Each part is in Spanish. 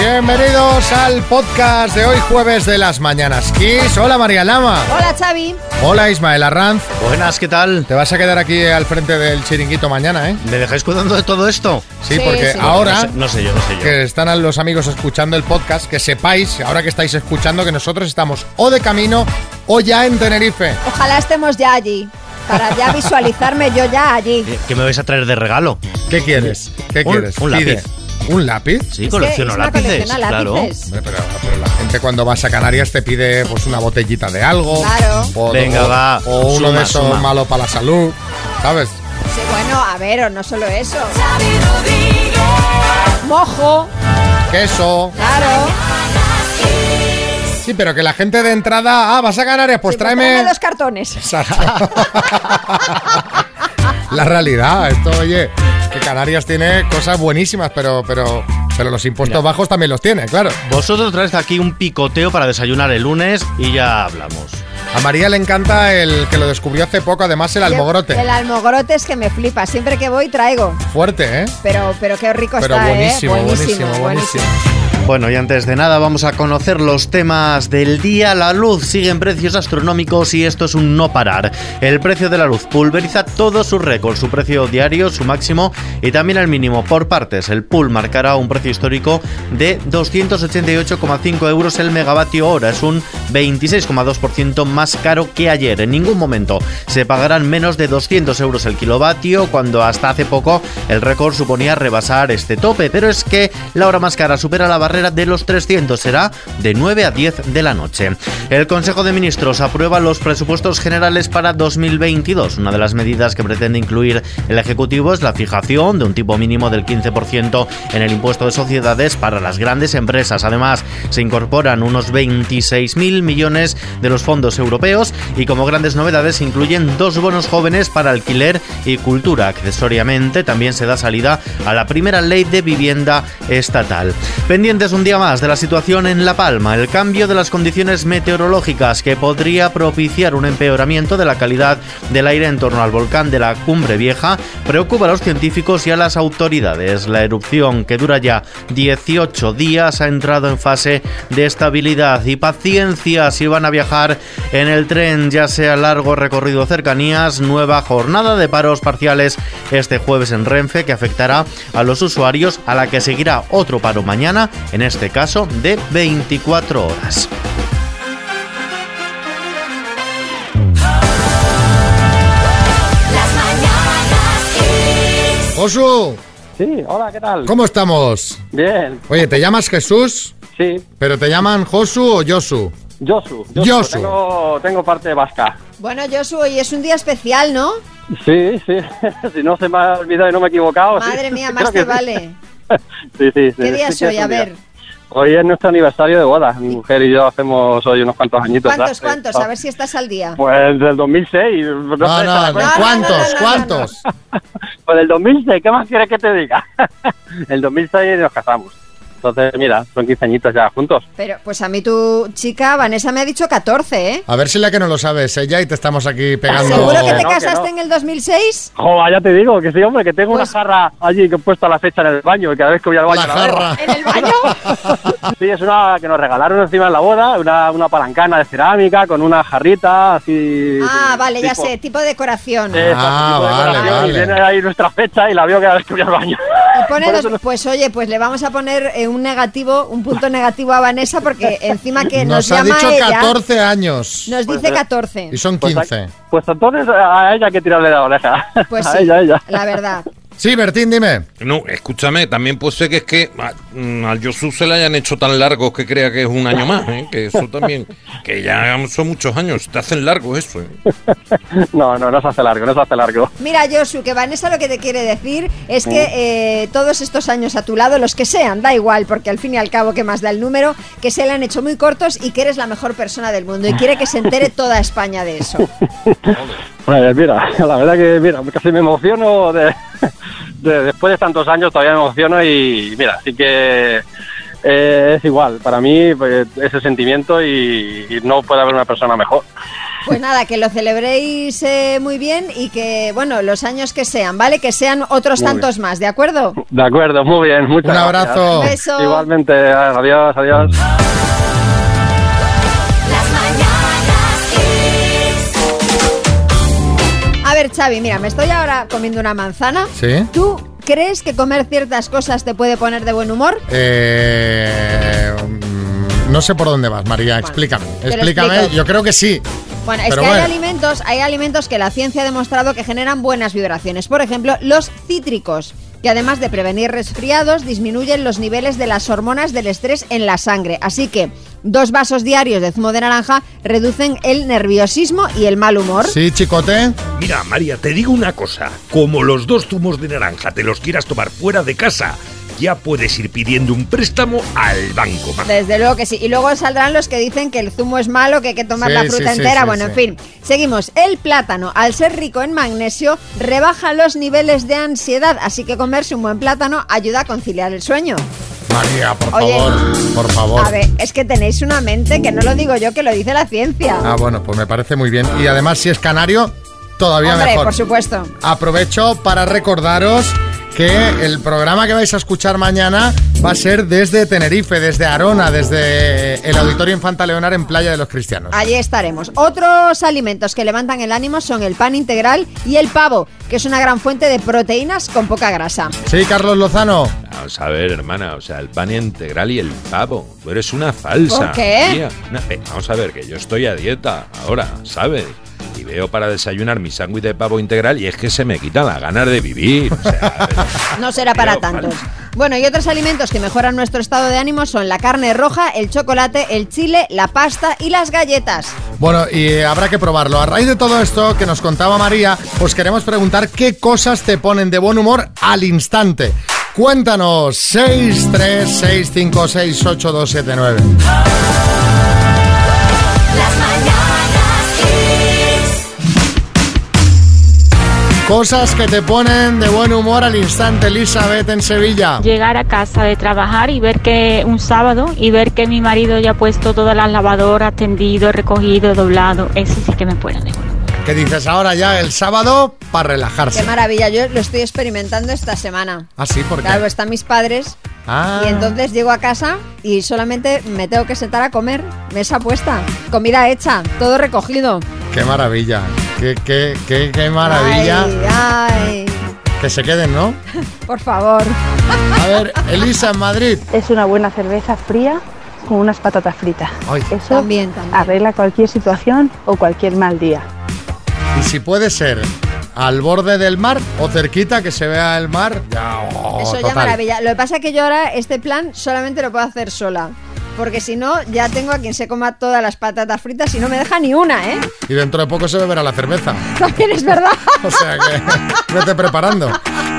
bienvenidos al podcast de hoy jueves de las mañanas Kiss. Hola María Lama. Hola Xavi. Hola Ismael Arranz. Buenas, ¿qué tal? Te vas a quedar aquí al frente del chiringuito mañana, ¿eh? ¿Me dejáis cuidando de todo esto? Sí, Sí, porque sí. ahora No sé, no sé yo, no sé yo. que están los amigos escuchando el podcast, que sepáis, ahora que estáis escuchando, que nosotros estamos o de camino o ya en Tenerife. Ojalá estemos ya allí. Para ya visualizarme yo ya allí. ¿Qué- ¿Qué me vais a traer de regalo? ¿Qué quieres? ¿Qué Un- quieres? un lápiz. Pide. ¿Un lápiz? Sí, Es que colecciono es una lápices. colección a Claro. lápices. Hombre, pero, pero la gente cuando vas a Canarias te pide pues una botellita de algo. Claro. O, Venga, o- va, O uno suma, de esos suma. malos para la salud. ¿Sabes? Sí, bueno, a ver, o no solo eso. Mojo, Queso. claro. Sí, pero que la gente de entrada. Ah, vas a Canarias, pues Sí, tráeme. dos cartones. Exacto. la realidad, esto, oye, que Canarias tiene cosas buenísimas, pero, pero, pero los impuestos bajos también los tiene, claro. Vosotros traéis aquí un picoteo para desayunar el lunes y ya hablamos. A María le encanta el que lo descubrió hace poco, además el almogrote. El almogrote es que me flipa. Siempre que voy traigo. Fuerte, ¿eh? Pero, pero qué rico Pero Pues está, buenísimo, ¿eh? buenísimo, buenísimo. Bueno, y antes de nada vamos a conocer los temas del día. La luz sigue en precios astronómicos y esto es un no parar. El precio de la luz pulveriza todos sus récords, su precio diario, su máximo y también el mínimo por partes. El pool marcará un precio histórico de 288,5 euros el megavatio hora. Es un 26,2% más caro que ayer. En ningún momento se pagarán menos de 200 euros el kilovatio, cuando hasta hace poco el récord suponía rebasar este tope. Pero es que la hora más cara supera la barrera de los 300, será de 9 a 10 de la noche. El Consejo de Ministros aprueba los presupuestos generales para 2022. Una de las medidas que pretende incluir el Ejecutivo es la fijación de un tipo mínimo del 15% en el impuesto de sociedades para las grandes empresas. Además, se incorporan unos 26.000 millones de los fondos europeos y como grandes novedades incluyen dos bonos jóvenes para alquiler y cultura. Accesoriamente también se da salida a la primera ley de vivienda estatal. Pendientes un día más de la situación en La Palma, el cambio de las condiciones meteorológicas que podría propiciar un empeoramiento de la calidad del aire en torno al volcán de la Cumbre Vieja preocupa a los científicos y a las autoridades. La erupción, que dura ya 18 días, ha entrado en fase de estabilidad y paciencia si van a viajar en el tren, ya sea largo recorrido o cercanías, nueva jornada de paros parciales este jueves en Renfe que afectará a los usuarios a la que seguirá otro paro mañana, en este caso de 24 horas. Osu, Sí, hola, ¿qué tal? ¿cómo estamos? Bien, Oye, ¿te llamas Jesús? sí, ¿Pero te llaman Josu o Yosu? Josu. Josu. Tengo, tengo parte vasca. Bueno, Josu, hoy es un día especial, ¿no? Sí, sí, si no se me ha olvidado y no me he equivocado. Oh, sí. Madre mía, Creo más que te sí. vale. Sí, sí, sí, ¿Qué día sí es que hoy? un A día. ver, Hoy es nuestro aniversario de boda. Mi mujer y yo hacemos hoy unos cuantos añitos. ¿cuántos, ¿verdad? cuántos? A ver si estás al día. Pues del 2006. No, No, no, no. sé, no, no, ¿Cuántos? no, no, ¿Cuántos? Pues del 2006, ¿qué más quieres que te diga? el 2006 nos casamos. Entonces, mira, son 15 añitos ya juntos. Pero, pues a mí tu chica, Vanessa, me ha dicho 14, ¿eh? A ver si la que no lo sabes ella y te estamos aquí pegando. ¿Seguro que te Ah, no, que casaste no. en el 2006? Joder, ya te digo que sí, hombre, que tengo Pues- una jarra allí que he puesto la fecha en el baño y cada vez que voy al La baño la veo. jarra. ¿En el baño? Sí, es una que nos regalaron encima en la boda, una, una palancana de cerámica con una jarrita así. Ah, de- vale, ya tipo- Eh, sé, tipo decoración. de- Ah, tipo de vale, decoración, vale. Y viene ahí nuestra fecha y la veo cada vez que voy al baño. Y pone Por los- eso no- Pues oye, pues le vamos a poner eh, un negativo, un punto negativo a Vanessa porque encima que nos, Nos ha llama dicho ella, 14 años. nos dice Pues, eh, 14. Y son Pues, 15. a- pues entonces a ella hay que tirarle la oreja. Pues a sí, ella, a ella. la verdad. Sí, Bertín, dime. No, escúchame, también puede ser que es que a- mm, al Yosu se le hayan hecho tan largos que crea que es un año más, ¿eh? que eso también, que ya son muchos años, te hacen largos eso. ¿eh? No, no, no se hace largo, no se hace largo. Mira, Josu, que Vanessa lo que te quiere decir es que eh, todos estos años a tu lado, los que sean, da igual, porque al fin y al cabo que más da el número, que se le han hecho muy cortos y que eres la mejor persona del mundo y quiere que se entere toda España de eso. Bueno, mira, la verdad que mira, casi me emociono de, de- después de tantos años todavía me emociono y mira, así que eh, es igual, para mí pues, ese sentimiento y, y no puede haber una persona mejor. Pues nada, que lo celebréis eh, muy bien y que, bueno, los años que sean, ¿vale? Que sean otros Muy tantos más, ¿de acuerdo? De acuerdo, muy bien, muchas Un gracias. abrazo. Beso. Igualmente, adiós, adiós. Las mañanas Kiss. A ver, Xavi, mira, me estoy ahora comiendo una manzana. Sí. ¿Tú crees que comer ciertas cosas te puede poner de buen humor? Eh, mm, no sé por dónde vas, María. Explícame. te lo Explícame. explico. Yo creo que sí. Bueno, es Pero que bueno. hay alimentos, hay alimentos que la ciencia ha demostrado que generan buenas vibraciones. Por ejemplo, los cítricos, que además de prevenir resfriados, disminuyen los niveles de las hormonas del estrés en la sangre. Así que dos vasos diarios de zumo de naranja reducen el nerviosismo y el mal humor. Sí, chicote. Mira, María, te digo una cosa. Como los dos zumos de naranja te los quieras tomar fuera de casa, ya puedes ir pidiendo un préstamo al banco. majo. Desde luego que sí. Y luego saldrán los que dicen que el zumo es malo, que hay que tomar Sí, la sí, fruta sí, entera. sí, bueno, sí. en fin. Seguimos. El plátano, al ser rico en magnesio, rebaja los niveles de ansiedad. Así que comerse un buen plátano ayuda a conciliar el sueño. María, por Oye. favor. Por favor. A ver, es que tenéis una mente que no lo digo yo, que lo dice la ciencia. Ah, bueno, pues me parece muy bien. Y además, si es canario, todavía Hombre, mejor. por supuesto. Aprovecho para recordaros que el programa que vais a escuchar mañana va a ser desde Tenerife, desde Arona, desde el Auditorio Infanta Leonar en Playa de los Cristianos. Allí estaremos. Otros alimentos que levantan el ánimo son el pan integral y el pavo, que es una gran fuente de proteínas con poca grasa. Sí, Carlos Lozano. Vamos a ver, hermana, o sea, el pan integral y el pavo. Tú eres una falsa. ¿Por qué? tía. Una- eh, vamos a ver, que yo estoy a dieta ahora, ¿sabes? Y veo para desayunar mi sándwich de pavo integral y es que se me quita la ganas de vivir. O sea, No será para Pero, tantos. vale. Bueno, y otros alimentos que mejoran nuestro estado de ánimo son la carne roja, el chocolate, el chile, la pasta y las galletas. Bueno, y eh, habrá que probarlo. A raíz de todo esto que nos contaba María, os queremos preguntar qué cosas te ponen de buen humor al instante. Cuéntanos 636568279. Las mañanas Kiss. Cosas que te ponen de buen humor al instante, Elizabeth en Sevilla. llegar a casa de trabajar y ver que un sábado y ver que mi marido ya ha puesto todas las lavadoras, tendido, recogido, doblado, eso sí que me pone de humor. Que dices ahora ya el sábado para Qué relajarse. maravilla, yo lo estoy experimentando esta semana. Ah, sí, porque. Claro, están mis padres Ah. y entonces llego a casa y solamente me tengo que sentar a comer, mesa puesta, comida hecha, todo recogido. Qué maravilla. Qué, qué, qué, qué maravilla. Ay, ay, Que se queden, ¿no? por favor. A ver, Elisa en Madrid. es una buena cerveza fría con unas patatas fritas. Ay, Eso También, también. arregla cualquier situación o cualquier mal día. y si puede ser al borde del mar o cerquita que se vea el mar, ya. oh, Eso ya total. maravilla. Lo que pasa es que yo ahora este plan solamente lo puedo hacer sola. Porque si no, ya tengo a quien se coma todas las patatas fritas y no me deja ni una, ¿eh? Y dentro de poco se beberá la cerveza. También es verdad. O sea que vete preparando.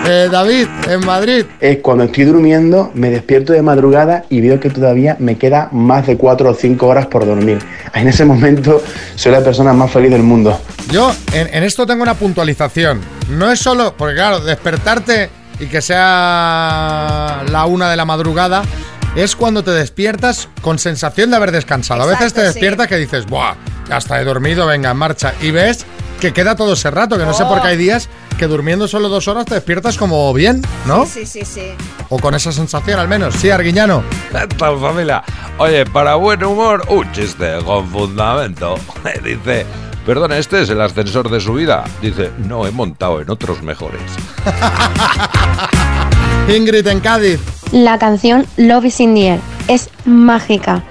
Eh, David, en Madrid. es cuando estoy durmiendo, me despierto de madrugada y veo que todavía me queda más de 4 o 5 horas por dormir. En ese momento soy la persona más feliz del mundo. Yo en, en esto tengo una puntualización. No es solo, porque claro, despertarte y que sea la una de la madrugada es cuando te despiertas con sensación de haber descansado. A veces Exacto, te sí. despiertas que dices, ¡buah! Ya está, he dormido, venga, en marcha. Y ves que queda todo ese rato, que no sé por Oh. qué hay días que durmiendo solo dos horas te despiertas como bien, ¿no? Sí, sí, sí. O con esa sensación al menos. Sí, Arguiñano. Tal familia. Oye, para buen humor, un chiste con fundamento. Dice, perdona, ¿este es el ascensor de su vida? Dice, no, he montado en otros mejores. Ingrid en Cádiz. La canción Love is in the air es mágica.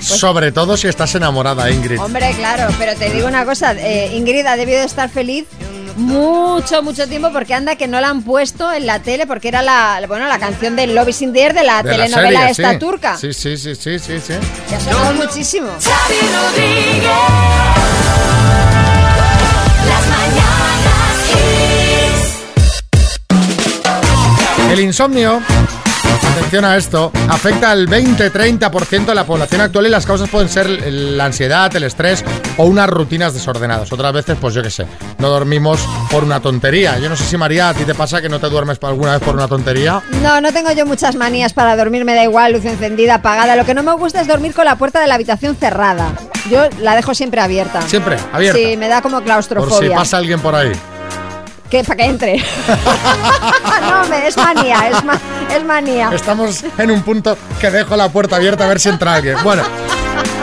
Sobre todo si estás enamorada, Ingrid. Pues Hombre, claro, pero te digo una cosa, eh, Ingrid ha debido de estar feliz mucho, mucho tiempo porque anda que no la han puesto en la tele porque era la, bueno, la canción de Lobby Sin Dear de la De la telenovela serie, esta sí. turca. Sí, sí, sí, sí, sí, sí. Que ha sonado muchísimo. Xavi Rodríguez. Las mañanas Kiss. El insomnio Atención a esto. Afecta al 20-30% de la población actual y las causas pueden ser el- la ansiedad, el estrés o unas rutinas desordenadas. Otras veces, pues yo qué sé, no dormimos por una tontería. Yo no sé si María, a ti te pasa que no te duermes pa- alguna vez por una tontería. No, no tengo yo muchas manías para dormir, me da igual, luz encendida, apagada. Lo que no me gusta es dormir con la puerta de la habitación cerrada. Yo la dejo siempre abierta. Siempre, abierta. Sí, me da como Por si claustrofobia. pasa alguien por ahí. Que para que entre. no, me- es manía, es, ma- es manía. Estamos en un punto que dejo la puerta abierta a ver si entra alguien. Bueno,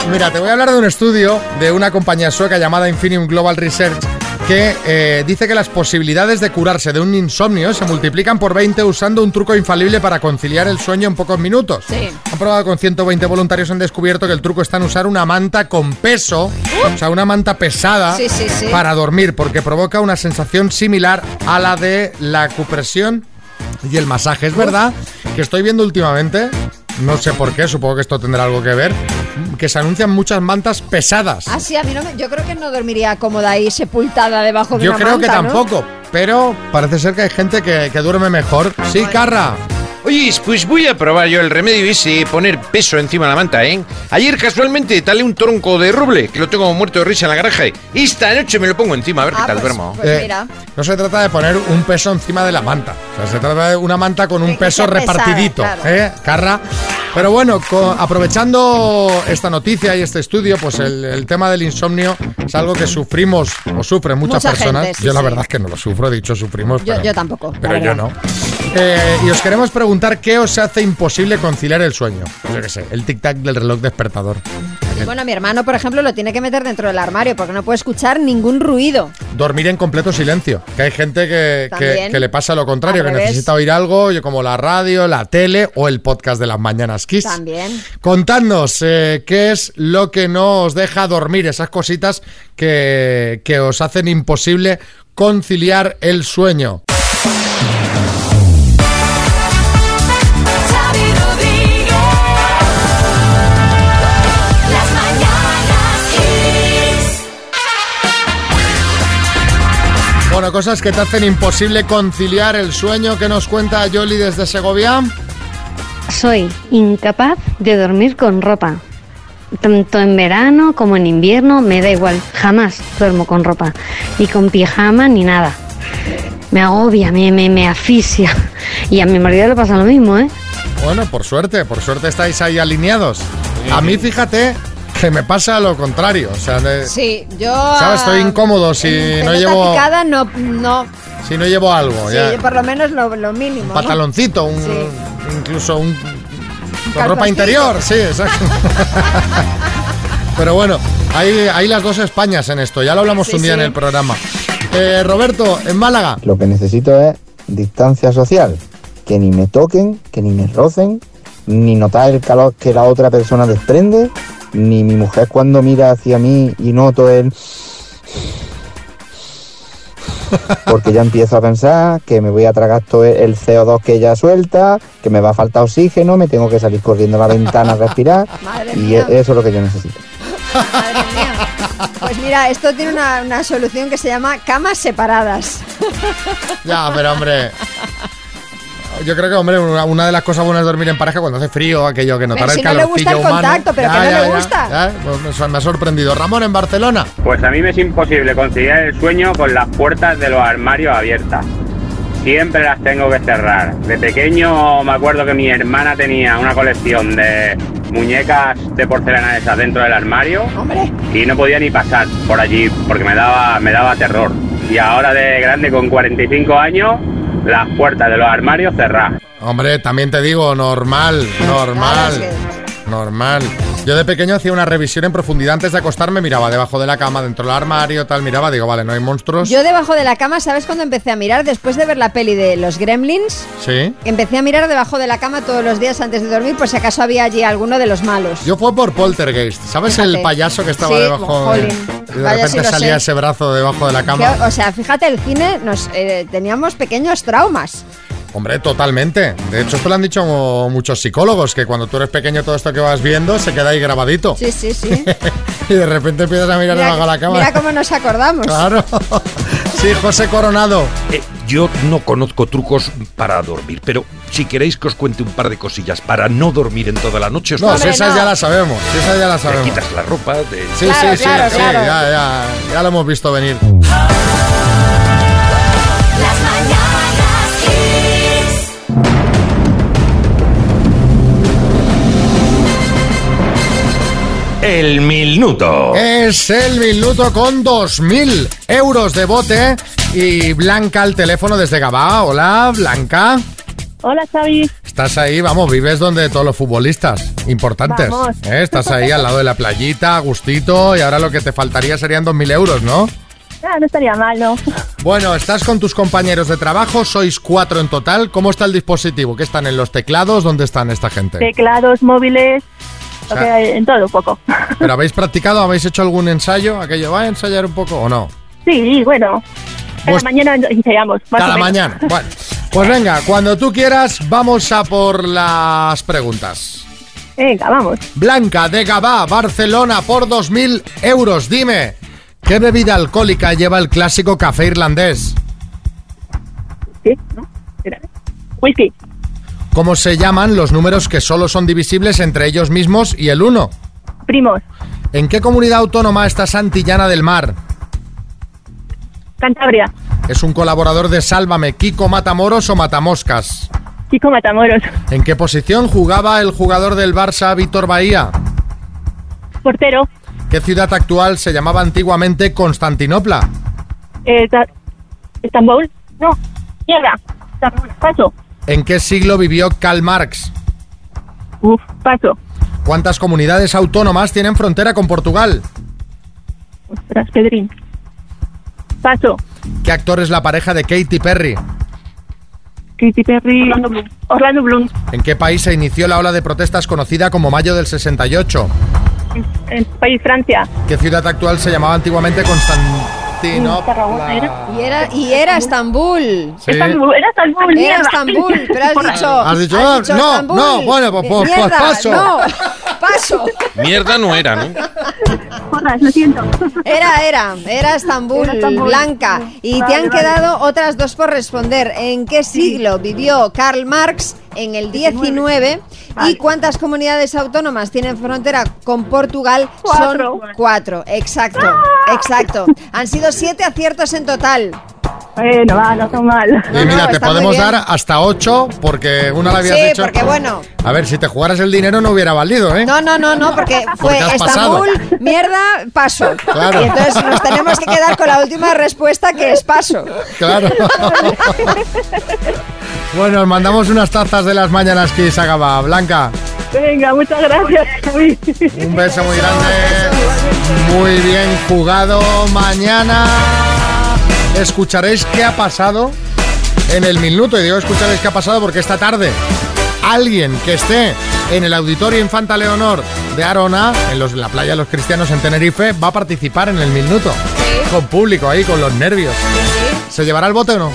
mira, te voy a hablar de un estudio de una compañía sueca llamada Infinium Global Research que eh, dice que las posibilidades de curarse de un insomnio se multiplican por 20 usando un truco infalible para conciliar el sueño en pocos minutos. Sí. Han probado con 120 voluntarios han descubierto que el truco está en usar una manta con peso, o sea, una manta pesada Sí, sí, sí. para dormir porque provoca una sensación similar a la de la acupresión y el masaje. Es verdad que estoy viendo últimamente, no sé por qué, supongo que esto tendrá algo que ver, que se anuncian muchas mantas pesadas. Ah, sí, a mí no me- yo creo que no dormiría cómoda ahí sepultada debajo de Yo una creo que manta, ¿no? tampoco, pero parece ser que hay gente que, que duerme mejor. Sí, Carra. Oye, pues voy a probar yo el remedio ese, poner peso encima de la manta, ¿eh? Ayer casualmente talé un tronco de roble, que lo tengo muerto de risa en la garaje. Esta noche me lo pongo encima, a ver qué tal duermo. Pues Eh, No se trata de poner un peso encima de la manta. O sea, se trata de una manta con un peso sea pesada, repartidito, claro. ¿eh, Carra? Pero bueno, co- aprovechando esta noticia y este estudio, pues el, el tema del insomnio es algo que sufrimos o sufren muchas Mucha personas. gente, sí, yo la sí. verdad es que no lo sufro, dicho sufrimos, Yo, pero, yo tampoco. la pero yo no. verdad. Eh, y os queremos preguntar qué os hace imposible conciliar el sueño. Yo qué sé, el tic-tac del reloj despertador. Bueno, mi hermano, por ejemplo, lo tiene que meter dentro del armario porque no puede escuchar ningún ruido. dormir en completo silencio. Que hay gente que, que- También. que le pasa lo contrario, Al que revés. necesita oír algo, yo como la radio, la tele o el podcast de las mañanas Kiss. También. Contadnos eh, qué es lo que no os deja dormir, esas cositas que, que os hacen imposible conciliar el sueño. Xavi Rodríguez. Las mañanas Kiss. Bueno, cosas que te hacen imposible conciliar el sueño que nos cuenta Yoli desde Segovia. Soy incapaz de dormir con ropa. Tanto en verano como en invierno, me da igual. Jamás duermo con ropa. Ni con pijama, ni nada. Me agobia, me, me, me asfixia. Y a mi marido le pasa lo mismo, ¿eh? Bueno, por suerte, por suerte estáis ahí alineados. A mí, fíjate que me pasa lo contrario. O sea, de- Sí, yo. ¿Sabes? Estoy ah, incómodo si no pelota llevo picada, no, no. si no llevo algo, Sí, ya. por lo menos lo, lo mínimo. un ¿no? pantaloncito, un- incluso un con ropa calzoncillo. interior, sí, exacto. Pero bueno, hay, hay las dos Españas en esto, ya lo hablamos Sí, un día sí. en el programa. Eh, Roberto, en Málaga. Lo que necesito es distancia social. Que ni me toquen, que ni me rocen, ni notar el calor que la otra persona desprende, ni mi mujer cuando mira hacia mí y noto el... Porque ya empiezo a pensar que me voy a tragar todo el- el CO2 que ella suelta, que me va a faltar oxígeno, me tengo que salir corriendo a la ventana a respirar. Madre y mía. e- eso es lo que yo necesito. Pues mira, esto tiene una, una solución que se llama camas separadas. Ya, pero hombre. Yo creo que, hombre, una, una de las cosas buenas de dormir en pareja cuando hace frío, aquello que notar Pero el si no le calorcillo gusta el humano. contacto, pero que no le gusta. ya, pues me so- me ha sorprendido. Ramón en Barcelona. Pues a mí me es imposible conciliar el sueño con las puertas de los armarios abiertas. Siempre las tengo que cerrar. De pequeño me acuerdo que mi hermana tenía una colección de muñecas de porcelana de esas dentro del armario y no podía ni pasar por allí porque me daba, me daba terror. Y ahora de grande con 45 años, las puertas de los armarios cerradas. Hombre, también te digo, normal, normal, normal. Yo de pequeño hacía una revisión en profundidad antes de acostarme, miraba debajo de la cama, dentro del armario, tal, miraba, digo, vale, no hay monstruos. Yo debajo de la cama, ¿sabes cuándo empecé a mirar? Después de ver la peli de los gremlins, Sí. empecé a mirar debajo de la cama todos los días antes de dormir por si acaso había allí alguno de los malos. Yo fue por Poltergeist. ¿Sabes Fíjate. el payaso que estaba Sí, debajo? de- jolín. y de Vaya si repente lo salía sé. ese brazo debajo de la cama. Que, o sea, fíjate, el cine nos eh, teníamos pequeños traumas. Hombre, totalmente. De hecho, esto lo han dicho muchos psicólogos, que cuando tú eres pequeño todo esto que vas viendo se queda ahí grabadito. Sí, sí, sí. y de repente empiezas a mirar debajo de la cama. mira cómo nos acordamos. Claro. sí, José Coronado. Eh, Yo no conozco trucos para dormir, pero Si queréis que os cuente un par de cosillas para no dormir en toda la noche. os No, cuento. si esas ya las sabemos. si esas ya las Te sabemos. quitas la ropa. Te... Sí, sí, sí, sí, Ya, ya, ya lo hemos visto venir. El minuto. Es el minuto con 2.000 euros de bote y Blanca al teléfono desde Gabá. Hola, Blanca. Hola, Xavi. Estás ahí, vamos, vives donde todos los futbolistas importantes. Vamos. ¿eh? Estás ahí al lado de la playita, a gustito, y ahora lo que te faltaría serían 2.000 euros, ¿no? Ah, no estaría mal, ¿no? Bueno, estás con tus compañeros de trabajo, sois cuatro en total. ¿Cómo está el dispositivo? ¿Qué están en los teclados? ¿Dónde están esta gente? Teclados, móviles, O sea- lo que hay, en todo un poco. ¿Pero habéis practicado? ¿Habéis hecho algún ensayo? ¿Aquello va a ensayar un poco o no? Sí, bueno. Cada Pues- mañana ensayamos. más Cada o menos. mañana. Bueno, pues venga, cuando tú quieras, vamos a por las preguntas. Venga, vamos. Blanca de Gabá, Barcelona, por 2.000 euros. Dime, ¿qué bebida alcohólica lleva el clásico café irlandés? Sí, ¿no? Espera. Whisky. ¿Cómo se llaman los números que solo son divisibles entre ellos mismos y el 1? Primos. ¿En qué comunidad autónoma está Santillana del Mar? Cantabria. ¿Es un colaborador de Sálvame, Kiko Matamoros o Matamoscas? Kiko Matamoros. ¿En qué posición jugaba el jugador del Barça Víctor Bahía? Portero. ¿Qué ciudad actual se llamaba antiguamente Constantinopla? Eh, Ta- Estambul. No. Mierda. Estambul. Paso. ¿En qué siglo vivió Karl Marx? Uf, paso. ¿Cuántas comunidades autónomas tienen frontera con Portugal? Ostras, Pedrín. Paso. ¿Qué actor es la pareja de Katy Perry? Katy Perry. Orlando Bloom. Orlando Bloom. ¿En qué país se inició la ola de protestas conocida como Mayo del 68? En país Francia. ¿Qué ciudad actual se llamaba antiguamente Constantinopla? Y era, y era Estambul. Sí. Estambul, era Estambul, Era mierda. Estambul, pero has Por ahí. dicho. Has dicho, ah, no, no, bueno, pues, pues, pues, Mierda, paso. No, paso. Mierda no era, ¿no? Porras, lo siento. Era, era, era Estambul, Era Estambul. Blanca. Y te Vale, han vale. quedado otras dos por responder. ¿En qué siglo vivió Karl Marx? En el 19. ¿Y cuántas comunidades autónomas tienen frontera con Portugal? Cuatro. ¡Ah! Son cuatro, exacto, exacto. Han sido siete aciertos en total. Bueno, va, no está mal. Y mira, te está muy podemos bien. dar hasta 8 porque una la habías Sí, hecho. porque bueno. A ver, si te jugaras el dinero no hubiera valido, ¿eh? No, no, no, no, porque fue Porque has pasado. Estambul, mierda, paso. Claro. Y entonces nos tenemos que quedar con la última respuesta que es paso. Claro. bueno, os mandamos unas tazas de las mañanas que se acaba. Blanca, Venga, muchas gracias, Xavi. un beso muy grande. Muy bien jugado. Mañana escucharéis qué ha pasado en el minuto. Y digo escucharéis qué ha pasado porque esta tarde alguien que esté en el Auditorio Infanta Leonor de Arona, en los- la playa de los cristianos en Tenerife, va a participar en el minuto. Con público ahí, con los nervios. ¿Se llevará el bote o no?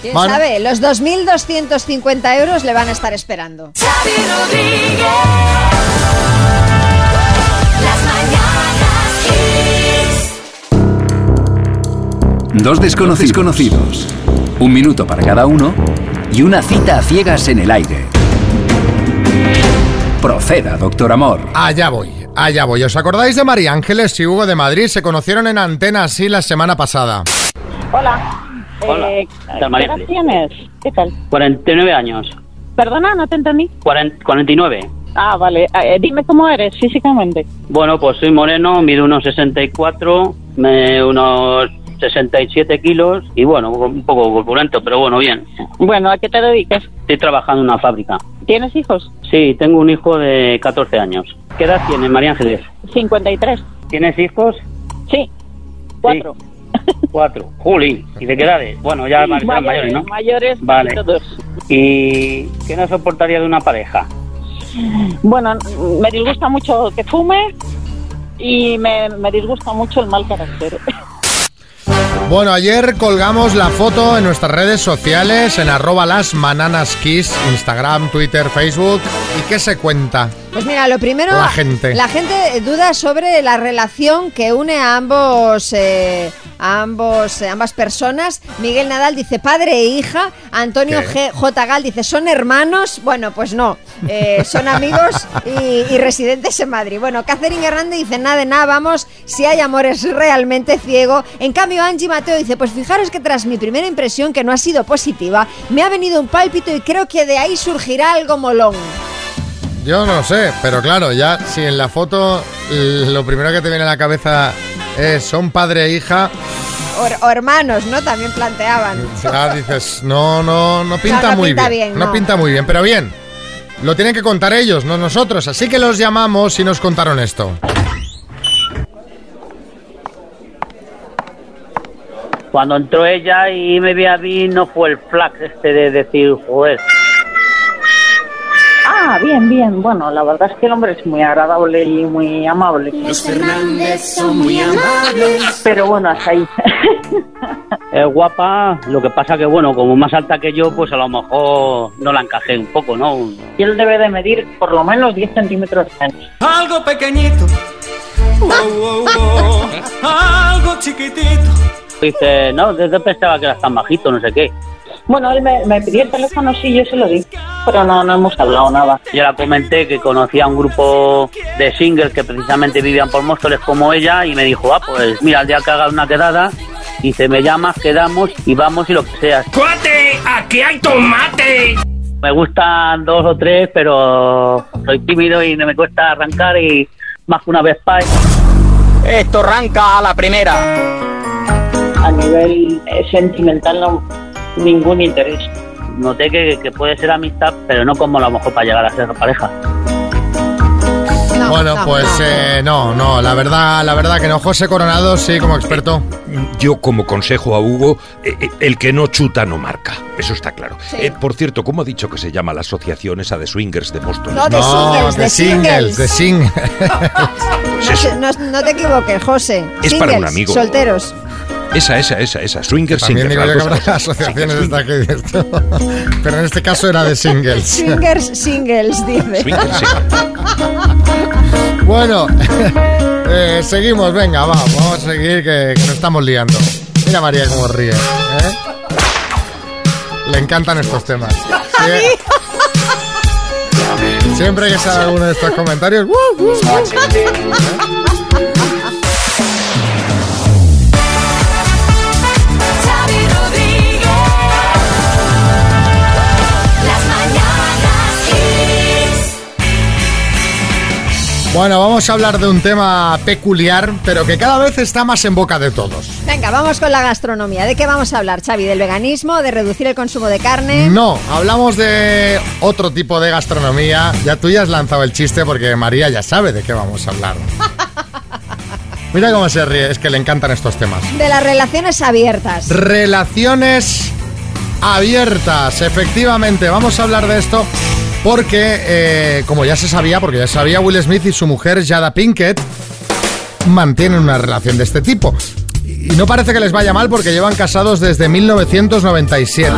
¿Quién Bueno. sabe? Los 2.250 euros le van a estar esperando. Dos desconocidos conocidos. Un minuto para cada uno y una cita a ciegas en el aire. Proceda, doctor Amor. Allá voy, allá voy. ¿Os acordáis de María Ángeles y Hugo de Madrid? Se conocieron en Antena así la semana pasada. Hola. Hola. Eh, ¿Qué tal, María ¿Qué edad Ángeles? tienes? ¿Qué tal? 49 años. Perdona, no te entendí. Cuaren- 49. Ah, vale. Ah, eh, dime cómo eres físicamente. Bueno, pues soy moreno, mido unos 64, me- unos 67 kilos y bueno, un poco corpulento, pero bueno, bien. Bueno, ¿a qué te dedicas? Estoy trabajando en una fábrica. ¿Tienes hijos? Sí, tengo un hijo de 14 años. ¿Qué edad tiene María Ángeles? 53. ¿Tienes hijos? Sí. Cuatro. Cuatro. Juli, ¿y de qué edades? Bueno, ya más- ya mayores, ¿no? Mayores, Vale. todos. ¿Y qué no soportaría de una pareja? Bueno, me disgusta mucho que fume y me, me disgusta mucho el mal carácter. Bueno, ayer colgamos la foto en nuestras redes sociales, en arroba las mananaskiss, Instagram, Twitter, Facebook. ¿Y qué se cuenta? Pues mira, lo primero, La gente. la gente duda sobre la relación que une a ambos, eh, a ambos, eh, ambas personas. Miguel Nadal dice padre e hija. Antonio ¿Qué? G. J. Gal dice son hermanos. Bueno, pues no, Eh, son amigos y, y residentes en Madrid. Bueno, Catherine Hernández dice nada de nada, vamos. Si hay amor es realmente ciego. En cambio, Angie Mateo dice pues fijaros que tras mi primera impresión que no ha sido positiva, me ha venido un pálpito y creo que de ahí surgirá algo molón. Yo no sé, pero claro, ya si en la foto l- lo primero que te viene a la cabeza es son padre e hija, O, o hermanos, ¿no? También planteaban. ya dices, no, no, no pinta No, no muy pinta bien. bien, no. no. pinta muy bien, pero bien. Lo tienen que contar ellos, no nosotros. Así que los llamamos y nos contaron esto. Cuando entró ella y me vi a mí, no fue el flax este de decir, joder. Ah, bien, bien. Bueno, la verdad es que el hombre es muy agradable y muy amable. Los Fernández son muy amables. Pero bueno, hasta ahí. Es guapa, lo que pasa que, bueno, como más alta que yo, pues a lo mejor no la encajé un poco, ¿no? Y él debe de medir por lo menos 10 centímetros menos. Algo pequeñito. Oh, oh, oh. Algo chiquitito. Dice, no, desde pensaba que era tan bajito, no sé qué. Bueno, él me, me pidió el teléfono, sí, yo se lo di. Pero no, no hemos hablado nada. Yo la comenté que conocía un grupo de singles que precisamente vivían por Móstoles como ella y me dijo, ah, pues mira, al día que haga una quedada, dice, me llamas, quedamos y vamos y lo que sea. ¡Cuate! ¡Aquí hay tomate! Me gustan dos o tres, pero soy tímido y me cuesta arrancar y más que una vez pay. Esto arranca a la primera. A nivel eh, sentimental no ningún interés. Noté que, que puede ser amistad, pero no como a lo mejor para llegar a ser pareja. bueno, pues eh, no, no, la verdad, la verdad que no. José Coronado, sí, como experto. Yo como consejo a Hugo, eh, eh, el que no chuta no marca, eso está claro. Eh, por cierto, ¿cómo ha dicho que se llama la asociación esa de swingers de Boston? No, de No, singles, de de singles, de singles. No, se- no- no te equivoques, José. Es para un amigo. Solteros. Esa, esa, esa, esa, swingers También digo singers, las dos yo que pues, habrá asociaciones de aquí de esto. Pero en este caso era de singles. Swingers, singles, dice. Swingers, Bueno, eh, seguimos, venga, va, vamos a seguir que, que nos estamos liando. Mira a María cómo ríe, ¿eh? Le encantan estos temas. Sie- Siempre que sale alguno de estos comentarios. ¡uh, uh, uh! Xavi Rodríguez. Las mañanas Kiss. Bueno, vamos a hablar de un tema peculiar, pero que cada vez está más en boca de todos. Venga, vamos con la gastronomía. ¿De qué vamos a hablar, Xavi? ¿Del veganismo? ¿De reducir el consumo de carne? No, hablamos de otro tipo de gastronomía. Ya tú ya has lanzado el chiste porque María ya sabe de qué vamos a hablar. Mira cómo se ríe, es que le encantan estos temas. De las relaciones abiertas. Relaciones abiertas, efectivamente, vamos a hablar de esto porque, eh, como ya se sabía, porque ya sabía, Will Smith y su mujer Jada Pinkett mantienen una relación de este tipo. Y no parece que les vaya mal porque llevan casados desde 1997.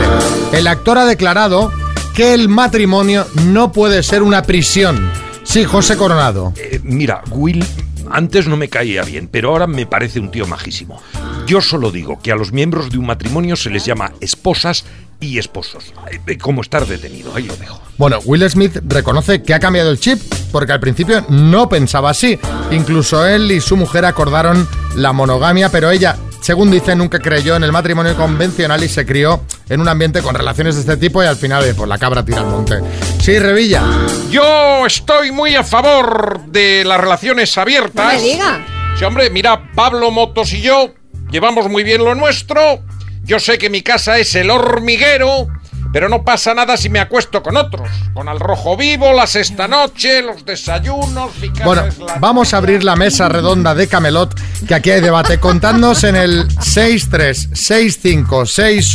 El actor ha declarado que el matrimonio no puede ser una prisión. Sí, José Coronado. Eh, mira, Will antes no me caía bien, pero ahora me parece un tío majísimo. Yo solo digo que a los miembros de un matrimonio se les llama esposas y esposos. Eh, eh, Como estar detenido, ahí lo dejo. Bueno, Will Smith reconoce que ha cambiado el chip porque al principio no pensaba así. Incluso él y su mujer acordaron la monogamia, pero ella, según dice, nunca creyó en el matrimonio convencional y se crió en un ambiente con relaciones de este tipo y al final, eh, pues la cabra tira al monte. Sí, Revilla. Yo estoy muy a favor de las relaciones abiertas. No me diga. Sí, hombre, mira, Pablo Motos y yo llevamos muy bien lo nuestro. Yo sé que mi casa es el hormiguero, pero no pasa nada si me acuesto con otros. Con al rojo vivo, las esta noche, los desayunos, mi casa Bueno, es la... vamos a abrir la mesa redonda de Camelot, que aquí hay debate. Contadnos en el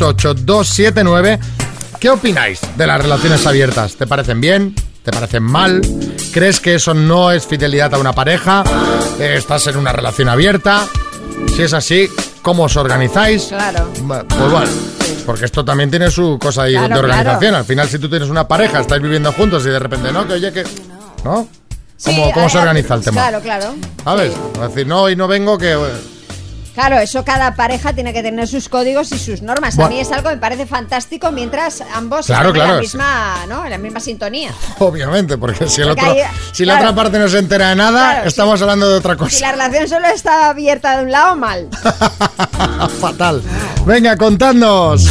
636568279 qué opináis de las relaciones abiertas. ¿Te parecen bien? ¿Te parecen mal? ¿Crees que eso Eh, no es fidelidad a una pareja? ¿Estás en una relación abierta? Si es así, cómo os organizáis. Claro. Ma- Pues vale. Porque esto también tiene su cosa ahí Claro, de organización. claro. Al final, si tú tienes una pareja, estáis viviendo juntos y de repente, no, que oye, que. ¿No? ¿Cómo, Sí, cómo se a- organiza el tema? Claro, claro. ¿Sabes? Es decir, no, hoy no vengo, que. eh, Claro, eso cada pareja tiene que tener sus códigos y sus normas. Bueno. A mí es algo que me parece fantástico mientras ambos Claro, estén en, claro, la misma, ¿no? en la misma sintonía. Obviamente, porque si, el Porque otro, ahí- si la claro. otra parte no se entera de nada, Claro, estamos hablando de otra cosa. Si la relación solo está abierta de un lado, mal. Fatal. Venga, contadnos.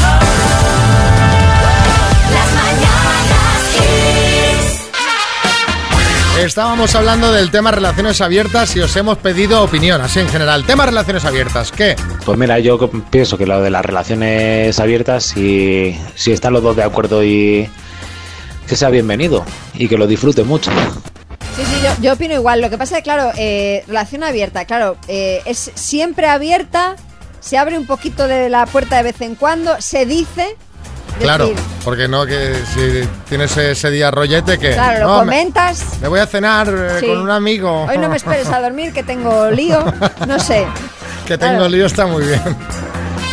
Estábamos hablando del tema relaciones abiertas y os hemos pedido opinión, así en general. Tema relaciones abiertas, ¿qué? Pues mira, yo co- pienso que lo de las relaciones abiertas, si, si están los dos de acuerdo y que sea bienvenido y que lo disfrute mucho. Sí, sí, yo, yo opino igual. Lo que pasa es, claro, eh, relación abierta, claro, eh, es siempre abierta, se abre un poquito de la puerta de vez en cuando, se dice. Claro, decir, porque no que si tienes ese día rollete que... Claro, lo no, me, comentas. me voy a cenar eh, Sí. con un amigo. Hoy no me esperes a dormir, que tengo lío, no sé. que tengo Claro. lío, está muy bien.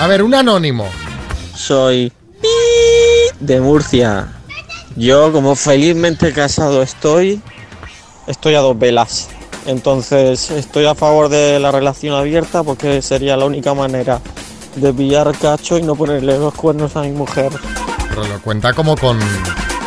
A ver, un anónimo. Soy de Murcia. Yo como felizmente casado estoy, estoy a dos velas. Entonces estoy a favor de la relación abierta porque sería la única manera de pillar cacho y no ponerle los cuernos a mi mujer. Pero lo cuenta como con...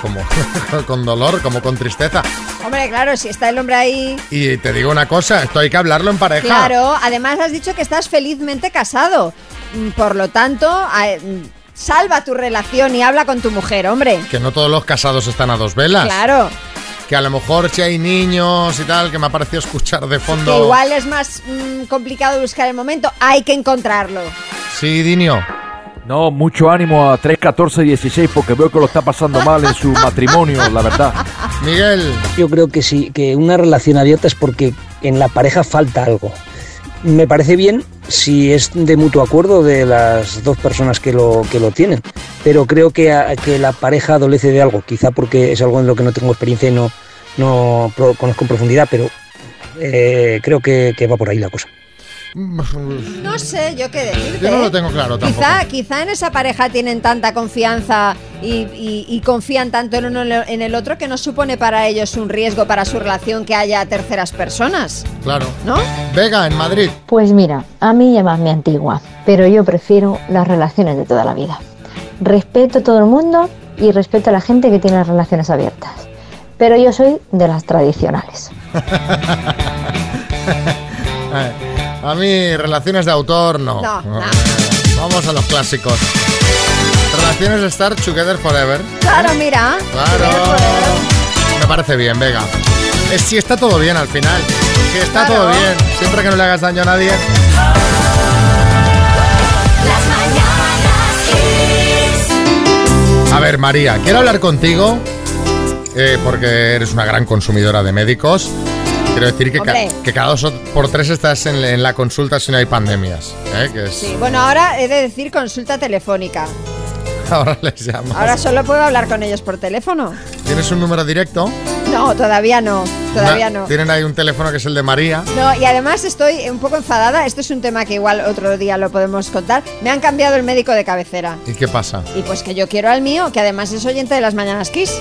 Como, con dolor, como con tristeza. Hombre, claro, si está el hombre ahí. Y te digo una cosa, esto hay que hablarlo en pareja. Claro, además has dicho que estás felizmente casado. Mm, Por lo tanto, a- mm, salva tu relación y habla con tu mujer, hombre. Que no todos los casados están a dos velas. Claro, Que a lo mejor si hay niños y tal, que me ha parecido escuchar de fondo. que igual es más mm, complicado buscar el momento, hay que encontrarlo. Sí, Dinio. No, mucho ánimo a 3, 14, 16 porque veo que lo está pasando mal en su matrimonio, la verdad. Miguel. Yo creo que sí, que una relación abierta es porque en la pareja falta algo. Me parece bien si es de mutuo acuerdo de las dos personas que lo, que lo tienen, pero creo que, a- que la pareja adolece de algo, quizá porque es algo en lo que no tengo experiencia y no, no pro- conozco en profundidad, pero eh, creo que, que va por ahí la cosa. No sé yo qué decirte. Yo no ¿eh? lo tengo claro tampoco. Quizá, quizá en esa pareja tienen tanta confianza y, y- y confían tanto en uno en el otro que no supone para ellos un riesgo para su relación que haya terceras personas. Claro. ¿No? Vega, en Madrid. Pues mira, a mí llamas mi antigua, pero yo prefiero las relaciones de toda la vida. Respeto a todo el mundo y respeto a la gente que tiene relaciones abiertas, pero yo soy de las tradicionales. Eh, A mí, relaciones de autor, no. No, no. Vamos a los clásicos. Relaciones de estar together forever. Claro, mira. Claro. Me parece bien, Vega. Es si está todo bien al final. Si está Claro. todo bien. Siempre que no le hagas daño a nadie. A ver, María, quiero hablar contigo eh, porque eres una gran consumidora de médicos. Quiero decir que, ca- Hombre. que cada dos o- por tres estás en, en la consulta si no hay pandemias. ¿eh? Que es- Sí, bueno, ahora he de decir consulta telefónica. Ahora les llamas. Ahora solo puedo hablar con ellos por teléfono. ¿Tienes un número directo? No, todavía no, todavía Una- no. Tienen ahí un teléfono que es el de María. No, y además estoy un poco enfadada. Esto es un tema que igual otro día lo podemos contar. Me han cambiado el médico de cabecera. ¿Y qué pasa? Y pues que yo quiero al mío, que además es oyente de las mañanas Kiss.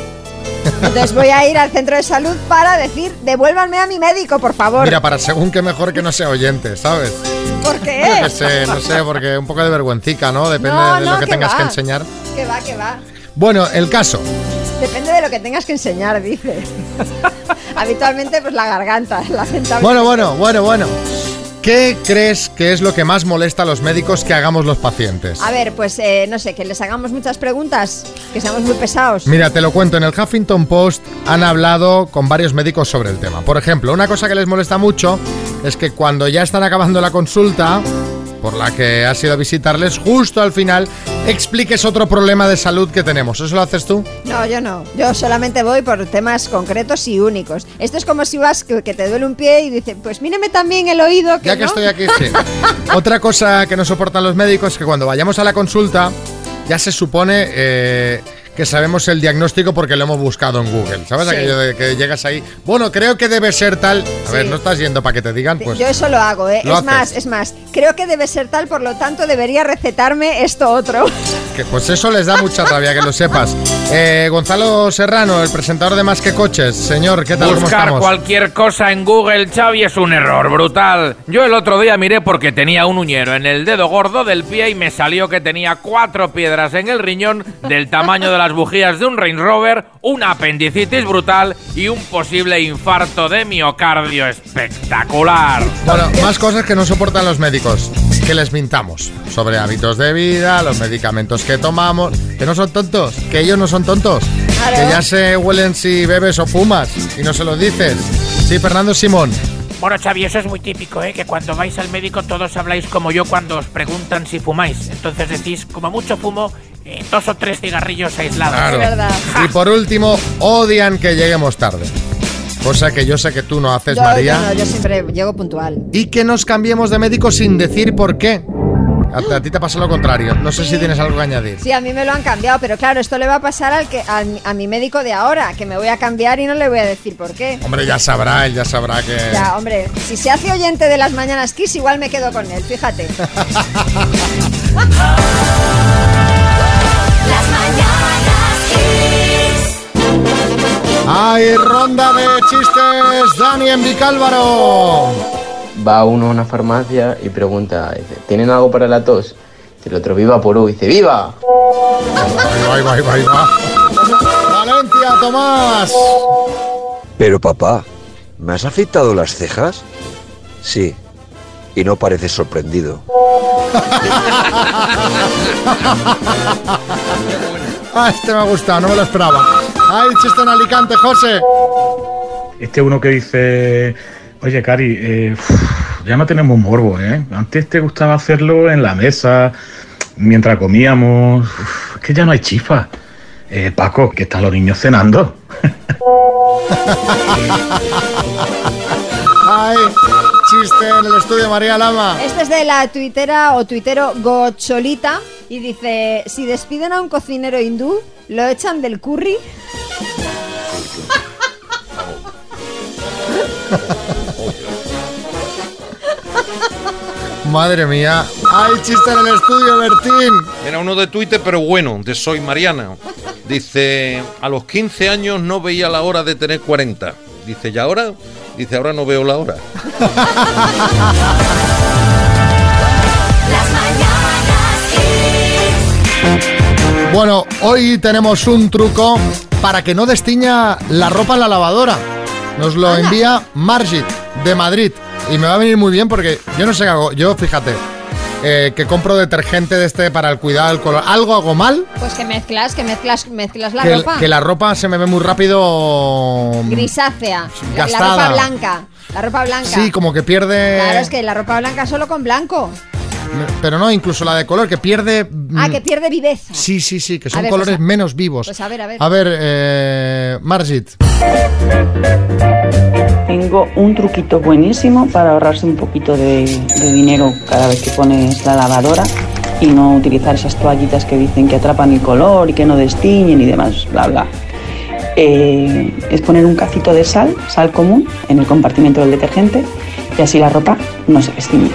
Entonces voy a ir al centro de salud para decir, devuélvanme a mi médico, por favor. Mira, para según que mejor que no sea oyente, ¿sabes? ¿Por qué? Yo qué sé, no sé, porque un poco de vergüencica, ¿no? Depende No, de no, lo que que tengas va. que enseñar. Que va, que va. Bueno, el caso. Depende de lo que tengas que enseñar, dice. Habitualmente, pues la garganta, la sentamos. Bueno, bueno, bueno, bueno. ¿Qué crees que es lo que más molesta a los médicos que hagamos los pacientes? A ver, pues eh, no sé, que les hagamos muchas preguntas, que seamos muy pesados. Mira, te lo cuento, en el Huffington Post han hablado con varios médicos sobre el tema. Por ejemplo, una cosa que les molesta mucho es que cuando ya están acabando la consulta, por la que has ido a visitarles, justo al final expliques otro problema de salud que tenemos. ¿Eso lo haces tú? No, yo no. Yo solamente voy por temas concretos y únicos. Esto es como si vas que, que te duele un pie y dices, pues míreme también el oído. Que Ya que no". estoy aquí, sí. Otra cosa que no soportan los médicos es que cuando vayamos a la consulta ya se supone eh, que sabemos el diagnóstico porque lo hemos buscado en Google. ¿Sabes Sí. aquello de que llegas ahí? Bueno, creo que debe ser tal. A ver, no estás yendo para que te digan, pues. Yo eso lo hago, ¿eh? Lo es haces. más, es más. Creo que debe ser tal, por lo tanto debería recetarme esto otro. Que pues eso les da mucha rabia, que lo sepas. Eh, Gonzalo Serrano, el presentador de Más que Coches. Señor, ¿qué tal? ¿Cómo Buscar estamos? cualquier cosa en Google, Xavi, es un error brutal. Yo el otro día miré porque tenía un uñero en el dedo gordo del pie y me salió que tenía cuatro piedras en el riñón del tamaño de las bujías de un Range Rover, una apendicitis brutal y un posible infarto de miocardio espectacular. Bueno, más cosas que no soportan los médicos. Que les mintamos sobre hábitos de vida, los medicamentos que tomamos. Que no son tontos, que ellos no son tontos. Que ya se huelen si bebes o fumas y no se lo dices. Sí, Fernando Simón. Bueno, Xavi, eso es muy típico, ¿eh? Que cuando vais al médico todos habláis como yo cuando os preguntan si fumáis. Entonces decís, como mucho fumo, eh, dos o tres cigarrillos aislados. Y por último, odian que lleguemos tarde. Cosa que yo sé que tú no haces, yo, María. yo no, yo siempre llego puntual. y que nos cambiemos de médico sin decir por qué. A, a ti te pasa lo contrario. No sé si tienes algo que añadir. Sí, a mí me lo han cambiado, pero claro, esto le va a pasar al que, a, mi- a mi médico de ahora, que me voy a cambiar y no le voy a decir por qué. Hombre, ya sabrá, él ya sabrá que. Ya, hombre, si se hace oyente de las mañanas Kiss, igual me quedo con él, fíjate. ¡Ay, ronda de chistes! ¡Dani en Vicálvaro! Va uno a una farmacia y pregunta, dice, ¿tienen algo para la tos? Dice el otro, viva Porú, dice, ¡viva! Ahí va, ahí va, ahí va. ¡Valencia, Tomás! Pero papá, ¿me has afeitado las cejas? Sí. Y no pareces sorprendido. Ah, este me ha gustado, no me lo esperaba. ¡Ay, chiste en Alicante, José! Este uno que dice, oye, Cari, eh, uf, ya no tenemos morbo, ¿eh? Antes te gustaba hacerlo en la mesa, mientras comíamos. Uf, es que ya no hay chispa. Eh, Paco, que están los niños cenando. ¡Ay, chiste en el estudio María Lama! Este es de la tuitera o tuitero Gocholita y dice, si despiden a un cocinero hindú, lo echan del curry. Madre mía. ¡Ay, chiste en el estudio, Bertín! Era uno de Twitter, pero bueno, de Soy Mariana. Dice, a los 15 años no veía la hora de tener 40. Dice, ¿y ahora? Dice, ahora no veo la hora. Bueno, hoy tenemos un truco para que no destiña la ropa en la lavadora. Nos lo envía Margit de Madrid y me va a venir muy bien porque yo no sé qué hago. Yo, fíjate, eh, que compro detergente de este para el cuidado del color. Algo hago mal, Pues que mezclas, que mezclas, mezclas la que, ropa. que la ropa se me ve muy rápido. mm, grisácea, la, la Gastada. ropa blanca, la ropa blanca. Sí, como que pierde. Claro, es que la ropa blanca solo con blanco. Pero no, incluso la de color, que pierde. Ah, mm, que pierde viveza. Sí, sí, sí, que A son ver, colores pues a- menos vivos. Pues a ver, a ver. A ver, eh, Margit. Tengo un truquito buenísimo para ahorrarse un poquito de, de dinero cada vez que pones la lavadora y no utilizar esas toallitas que dicen que atrapan el color y que no destiñen y demás, bla, bla. Eh, es poner un cacito de sal, sal común, en el compartimento del detergente y así la ropa no se destiñe.